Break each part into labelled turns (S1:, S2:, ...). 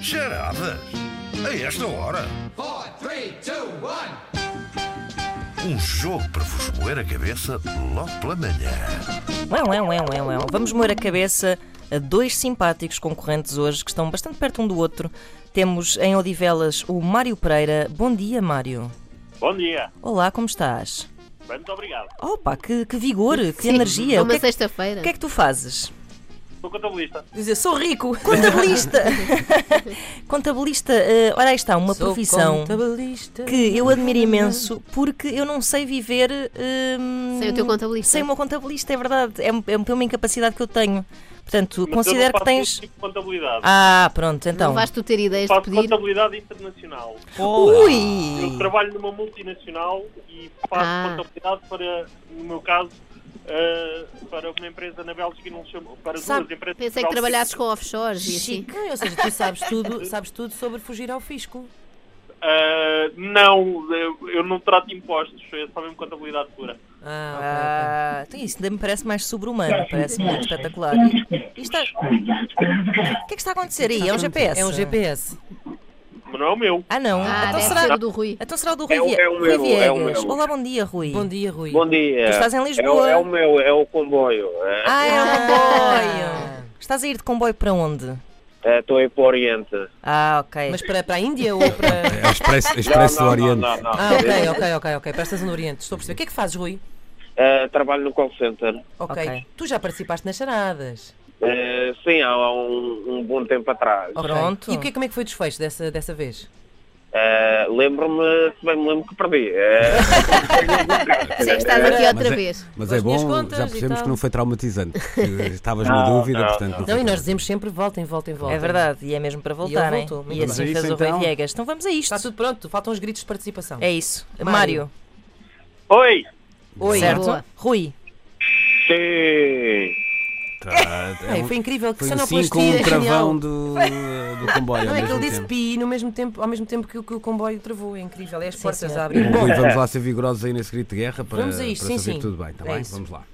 S1: Charadas? A esta hora?
S2: Four, three, two, one.
S1: Um jogo para vos moer a cabeça logo pela manhã.
S3: Ué, ué, ué, ué, ué. Vamos moer a cabeça a dois simpáticos concorrentes hoje que estão bastante perto um do outro. Temos em Odivelas o Mário Pereira. Bom dia, Mário.
S4: Bom dia,
S3: Olá, como estás?
S4: bem, muito obrigado.
S3: Opa, que, que vigor, que energia.
S5: É
S3: o que
S5: uma
S3: é que,
S5: sexta-feira.
S3: o que é que tu fazes?
S4: Sou contabilista.
S3: Dizer, sou rico. Contabilista. contabilista, eh, ora aí está, uma profissão
S6: contabilista.
S3: que eu admiro imenso porque eu não sei viver hum,
S5: Sem o teu contabilista.
S3: sem o meu contabilista, é verdade. É, um- é uma incapacidade que eu tenho. Portanto,
S4: Mas eu não
S3: considero que
S4: faço
S3: tens.
S4: esse tipo de contabilidade.
S3: Ah, pronto, então.
S5: Não vais tu ter ideias de
S4: faço
S5: pedir.
S4: contabilidade internacional. Eu
S3: Ui!
S4: trabalho numa multinacional e faço
S5: Ah.
S4: contabilidade para, no meu caso, ah, para uma empresa na Bélgica e não chamo, para
S3: Sabe,
S4: duas empresas.
S5: Pensei
S4: na
S5: que
S4: Bélgica.
S5: trabalhasses com offshores e assim.
S6: Não, ou seja, tu sabes tudo, sabes tudo sobre fugir ao fisco.
S4: Ah, não, eu, eu não trato impostos, é só mesmo contabilidade pura.
S6: Ah,
S3: Ah, então isso ainda me parece mais sobre-humano, parece muito espetacular. E está- O que é que está a acontecer aí? É um GPS?
S6: É um GPS.
S4: Mas não é o meu.
S3: Ah, não.
S5: Ah,
S3: então,
S5: deve
S3: será...
S5: ser do Rui.
S3: então será o do Rui,
S7: É o-
S3: Vie-
S7: é o
S3: Rui
S7: meu, é o
S3: Viegas.
S7: meu.
S3: Olá, bom dia, Rui.
S6: Bom dia, Rui.
S7: Bom dia.
S3: Tu estás em Lisboa?
S7: É, o- é o meu, é o comboio.
S3: Ah, é um
S6: Ah.
S3: comboio. Estás a ir de comboio para onde?
S7: é, Estou aí para o Oriente.
S3: Ah, ok.
S6: Mas para, para a Índia ou para.
S8: É o Expresso, Expresso
S7: não,
S8: do
S7: não,
S8: Oriente.
S7: não, não, não.
S6: Ah, ok, ok, ok, ok. Prestas no Oriente, estou a perceber. O que é que fazes, Rui?
S7: Eh, trabalho no call center.
S6: Ok.
S3: Ok.
S6: Tu já participaste nas charadas.
S4: É,
S7: Eh, sim, há há um, um bom tempo atrás.
S6: Ok.
S3: Pronto.
S6: E o que é, como é que foi o desfecho dessa, dessa vez?
S4: É,
S7: Eh, lembro-me, se bem me lembro que perdi. Eh,
S5: Sim, estás aqui
S8: Mas
S5: outra
S8: é-
S5: vez.
S8: Mas
S6: Com
S8: é
S6: as minhas
S8: bom,
S6: contas
S8: já
S6: e
S8: percebemos
S6: tal.
S8: que não foi traumatizante. Estavas na
S7: Não,
S8: dúvida,
S7: não,
S8: portanto.
S7: não.
S8: foi
S6: Não, e nós dizemos sempre voltem, voltem, voltem.
S3: É verdade, e é mesmo para
S6: E ele
S3: voltar, hein?
S6: voltou, muito
S3: E
S6: bem.
S3: assim
S8: Mas é
S3: fez
S8: isso,
S3: o Rui
S8: então?
S3: Viegas. Então vamos a isto.
S6: Está tudo pronto, faltam os gritos de participação.
S3: É isso. Mário.
S6: Mário.
S4: Oi!
S6: Oi.
S3: Certo?
S5: Boa.
S3: Rui.
S7: sim.
S8: Tá, é
S6: Ei,
S8: um-
S6: foi incrível que
S8: foi um
S6: sonoplastia é
S8: sim com
S6: genial.
S8: um travão do, do comboio.
S6: Não
S8: ao
S6: é que ele
S8: mesmo
S6: disse
S8: tempo.
S6: pi no mesmo tempo, ao mesmo tempo que, o- que o comboio travou. É incrível. É as portas
S3: senhor.
S6: a abrir.
S8: Bom, Rui, vamos lá ser vigorosos aí nesse grito de guerra para,
S6: Vamos a isto,
S8: para
S6: sim,
S8: saber
S6: sim.
S8: tudo bem, tá
S6: É
S8: bem?
S6: isso.
S8: Vamos lá.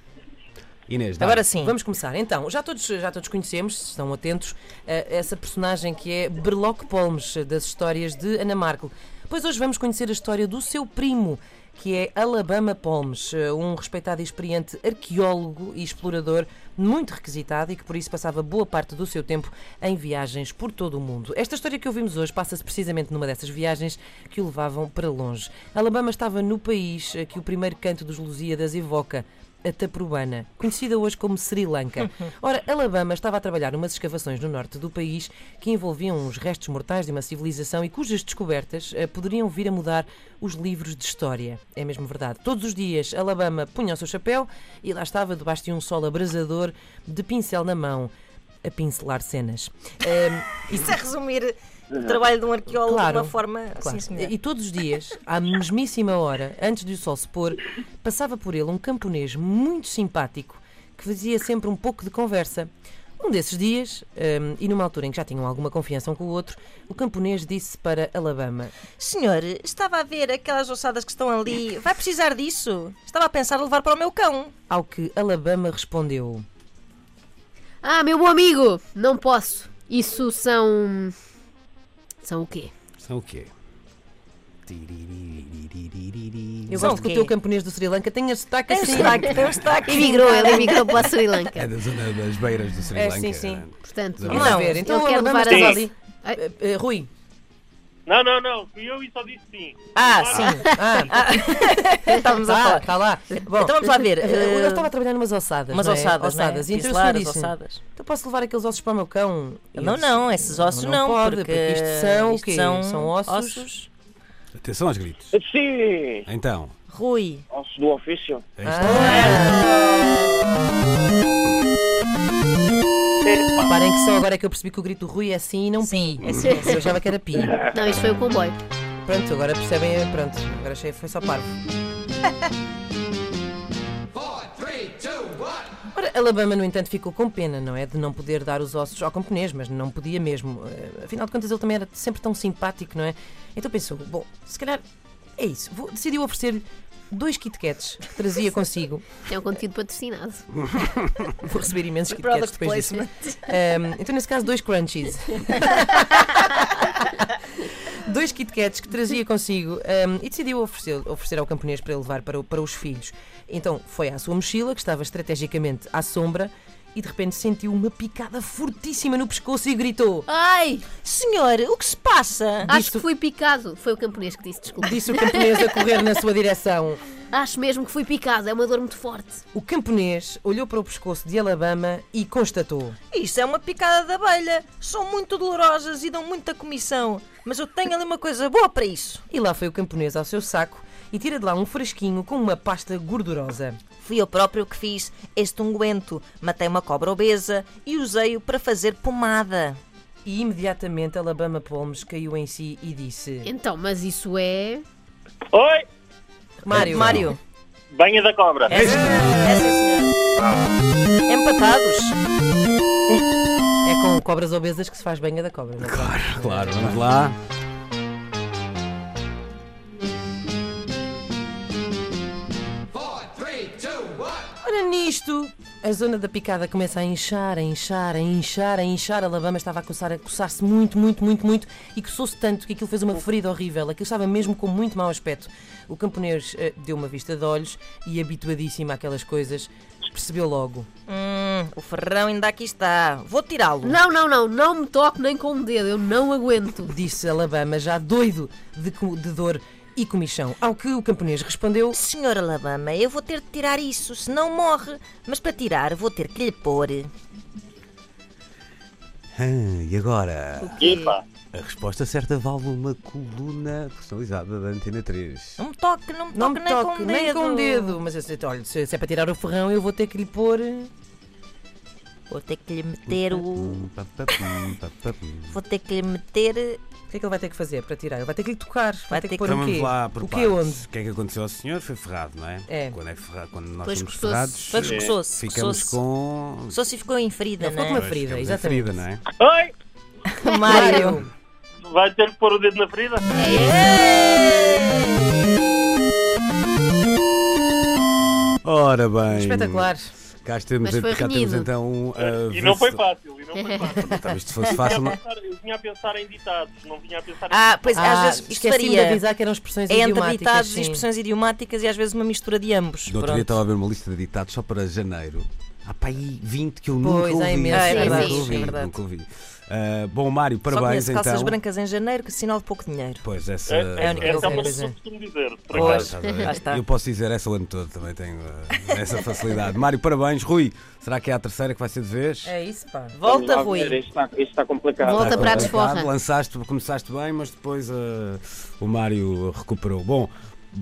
S8: Inês, dá.
S3: Agora sim.
S6: Vamos começar. Então, já todos, já todos conhecemos, se estão atentos, eh, essa personagem que é Berloque Polmes, eh, das histórias de Ana Marco. Pois hoje vamos conhecer a história do seu primo, que é Alabama Polmes, eh, um respeitado e experiente arqueólogo e explorador muito requisitado e que por isso passava boa parte do seu tempo em viagens por todo o mundo. Esta história que ouvimos hoje passa-se precisamente numa dessas viagens que o levavam para longe. Alabama estava no país eh, que o primeiro canto dos Lusíadas evoca, a Taprobana, conhecida hoje como Sri Lanka. Ora, Alabama estava a trabalhar umas escavações no norte do país que envolviam os restos mortais de uma civilização e cujas descobertas eh, poderiam vir a mudar os livros de história. É mesmo verdade. Todos os dias, Alabama punha o seu chapéu e lá estava debaixo de um sol abrasador de pincel na mão. A pincelar cenas. Ahm,
S3: Isso é resumir o trabalho de um arqueólogo
S6: Claro.
S3: de uma forma. assim,
S6: Claro.
S3: Sim, senhor.
S6: e todos os dias, à mesmíssima hora, antes do sol se pôr, passava por ele um camponês muito simpático que fazia sempre um pouco de conversa. Um desses dias, hum, e numa altura em que já tinham alguma confiança um com o outro, o camponês disse para Alabama:
S3: Senhor, estava a ver aquelas ossadas que estão ali. Vai precisar disso? Estava a pensar em levar para o meu cão.
S6: Ao que Alabama respondeu:
S5: Ah, meu bom amigo, não posso. Isso são. São o quê?
S8: São o quê? Tiriririririririri.
S6: Eu
S3: São
S6: gosto que o
S3: o quê?
S6: teu camponês do Sri Lanca tenha sotaque
S3: Tem um
S6: assim.
S3: sotaque, tem um sotaque.
S5: Emigrou, ele emigrou para a Sri Lanka.
S8: É da zona das beiras do Sri
S6: É,
S8: Lanka.
S6: sim, sim.
S5: Portanto,
S8: Não.
S6: Vamos lá
S3: Não,
S6: ver. Então,
S5: ele quer
S6: Alabama
S5: levar
S6: estava
S5: a-
S6: ali.
S5: Ai.
S6: Eh, eh, Rui.
S4: Não, não, não, fui eu e só disse sim.
S3: Ah, sim.
S6: Ah,
S3: Estávamos a
S6: tá,
S3: falar.
S6: tá lá. Bom,
S3: Então vamos lá ver.
S6: Eu
S3: eh,
S6: É, estava a trabalhar numas ossadas.
S3: Umas
S6: não é?
S3: ossadas, não é?
S6: ossadas. E então eu
S3: Piselar
S6: disse,
S3: as ossadas.
S6: Então posso levar aqueles ossos para o meu cão? E
S3: Não,
S6: eles,
S3: não, é esses ossos não,
S6: pode,
S3: porque,
S6: isto são o
S3: isto
S6: quê?
S3: São,
S6: ossos.
S8: Atenção aos gritos.
S7: Sim.
S8: Então,
S3: Rui,
S7: Osso do ofício.
S3: É
S8: aí está.
S6: Reparem que só agora é que eu percebi que o grito do Rui é assim e não pi.
S3: sim, é sim, é
S6: Eu
S3: sim.
S6: achava que era pi.
S5: Não, isto foi o comboio.
S6: Pronto, agora percebem. é, Pronto, agora achei foi só parvo.
S2: Four, three, two, one.
S6: Ora, Alabama, no entanto, ficou com pena, não é? De não poder dar os ossos ao camponês, mas não podia mesmo. Eh, Afinal de contas, ele também era sempre tão simpático, não é? Então pensou, bom, se calhar é isso. Vou, decidiu oferecer-lhe dois Kit Kats que trazia consigo.
S5: É um conteúdo patrocinado.
S6: Vou receber imensos Kit Kats
S3: Product
S6: depois disso.
S3: placement.
S6: Ahm, então, nesse caso, dois crunchies. dois Kit Kats que trazia consigo ahm, e decidiu oferecer, oferecer ao camponês para ele levar para, o- para os filhos. Então, foi à sua mochila, que estava estrategicamente à sombra, e de repente sentiu uma picada fortíssima no pescoço e gritou.
S5: Ai!
S3: Senhor, o que se passa?
S5: Acho
S6: Disse-
S5: que fui picado. Foi o camponês que disse, desculpa.
S6: Disse o camponês a correr na sua direção.
S5: Acho mesmo que fui picado. É uma dor muito forte.
S6: O camponês olhou para o pescoço de Alabama e constatou.
S3: Isso é uma picada de abelha. São muito dolorosas e dão muita comissão. Mas eu tenho ali uma coisa boa para isso.
S6: E lá foi o camponês ao seu saco e tira de lá um frasquinho com uma pasta gordurosa.
S3: Fui eu próprio que fiz este unguento. Matei uma cobra obesa e usei-o para fazer pomada.
S6: E imediatamente Alabama Palmes caiu em si e disse:
S5: Então, mas isso é.
S4: Ah. Oi,
S6: Mário,
S3: Mário,
S4: banha da cobra.
S3: é sim, é sim, senhor. Empatados.
S6: é com cobras obesas que se faz banha da cobra. Não é?
S8: Claro, claro, vamos lá.
S2: Four, three, two, one.
S6: Ora nisto, a zona da picada começa a inchar, a inchar, a inchar, a inchar. Alabama estava a coçar, a coçar-se muito, muito, muito, muito e coçou-se tanto que aquilo fez uma ferida horrível. Aquilo estava mesmo com muito mau aspecto. O camponês eh, deu uma vista de olhos e, habituadíssimo àquelas coisas, percebeu logo.
S3: Hum, o ferrão ainda aqui está. Vou tirá-lo.
S5: Não, não, não. Não me toque nem com o dedo. Eu não aguento.
S6: Disse Alabama, já doido de, co- de dor e comichão. Ao que o camponês respondeu:
S3: Senhor Alabama, eu vou ter de tirar isso, senão morre. Mas para tirar, vou ter que lhe pôr.
S8: Ah, e agora?
S4: Epa,
S8: A resposta certa vale uma coluna personalizada da Antena 3.
S3: Não me toque, não me
S6: Não
S3: toque,
S6: me
S3: nem, com
S6: toque,
S3: o
S6: nem
S3: dedo.
S6: com o dedo. Mas eu sei, olha, se, se é para tirar o ferrão, eu vou ter que lhe pôr. eh,
S3: Vou ter que lhe meter o.
S8: Pum, pam, pam, pum, pam, pam, pum.
S3: Vou ter que lhe meter.
S6: O que é que ele vai ter que fazer para tirar? Ele vai ter que lhe tocar. Vai, ter que pôr
S8: Então
S6: o
S8: vamos
S6: quê?
S8: lá por
S6: o quê onde?
S8: partes. O que é que aconteceu ao senhor? Foi ferrado, não é?
S6: É.
S8: Quando, é ferrado, quando nós
S5: Pois
S8: somos
S5: coçou-se.
S8: ferrados, eh,
S3: Pois coçou-se.
S8: ficamos
S3: coçou-se.
S8: com...
S3: Só se ficou em ferida,
S6: Não, ficou
S3: não
S6: com uma
S3: é?
S8: Pois,
S6: ferida,
S8: ficamos
S6: exatamente.
S8: ferida, não é?
S4: oi,
S6: Mário!
S4: vai ter que pôr o dedo na ferida?
S8: Ora bem.
S6: Espetacular.
S8: Cá, estamos,
S5: Mas foi
S8: cá temos
S5: renhido.
S8: então... a
S4: E não foi
S8: vencedora-
S4: fácil, e não foi fácil.
S8: Talvez Tá, se fosse fácil... não-
S4: Eu vinha a pensar em ditados, não vinha a pensar em.
S3: Ah, pois às
S6: Ah,
S3: vezes isto
S6: esqueci-me de
S3: varia.
S6: avisar que eram expressões
S3: É entre
S6: idiomáticas.
S3: ditados
S6: sim.
S3: e expressões idiomáticas e às vezes uma mistura de ambos.
S8: Do outro dia
S3: Pronto.
S8: estava a ver uma lista de ditados só para janeiro. Há para aí 20 que eu
S6: Pois,
S8: nunca
S6: há
S8: ouvi.
S6: imensos,
S3: é
S8: nunca
S3: verdade,
S8: ouvi,
S3: é verdade.
S8: nunca ouvi. Ah, bom, Mário,
S3: Só
S8: parabéns
S3: conheço
S8: então.
S3: calças brancas em janeiro, que é sinal de pouco dinheiro.
S8: Pois, essa.
S4: É, é,
S3: a única
S4: essa é uma
S6: coisa.
S4: pessoa que costumo dizer. por acaso.
S8: Ah,
S3: Pois,
S8: estás a ver.
S3: lá está.
S8: Eu posso dizer essa o ano todo, também tenho ah, essa facilidade. Mário, parabéns. Rui, será que é a terceira que vai ser de vez?
S6: É isso, pá.
S3: Volta,
S7: Vamos lá ver,
S3: Rui.
S7: Isto está, isto está complicado.
S5: Volta para a
S8: tá Complicado.
S5: desforra.
S8: Lançaste, começaste bem, mas depois ah, o Mário recuperou. Bom,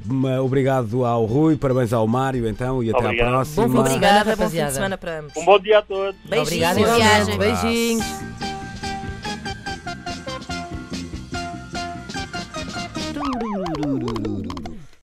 S8: ma- obrigado ao Rui, parabéns ao Mário então e até
S4: Obrigado.
S8: à
S6: Bom
S8: próxima.
S6: fim de semana,
S3: Obrigada, bom fim de
S6: rapaziada.
S3: semana para ambos.
S4: Um bom dia a todos.
S3: Beijinhos.
S6: Obrigado,
S5: Boa
S6: igualmente.
S5: viagem.
S6: Beijinhos.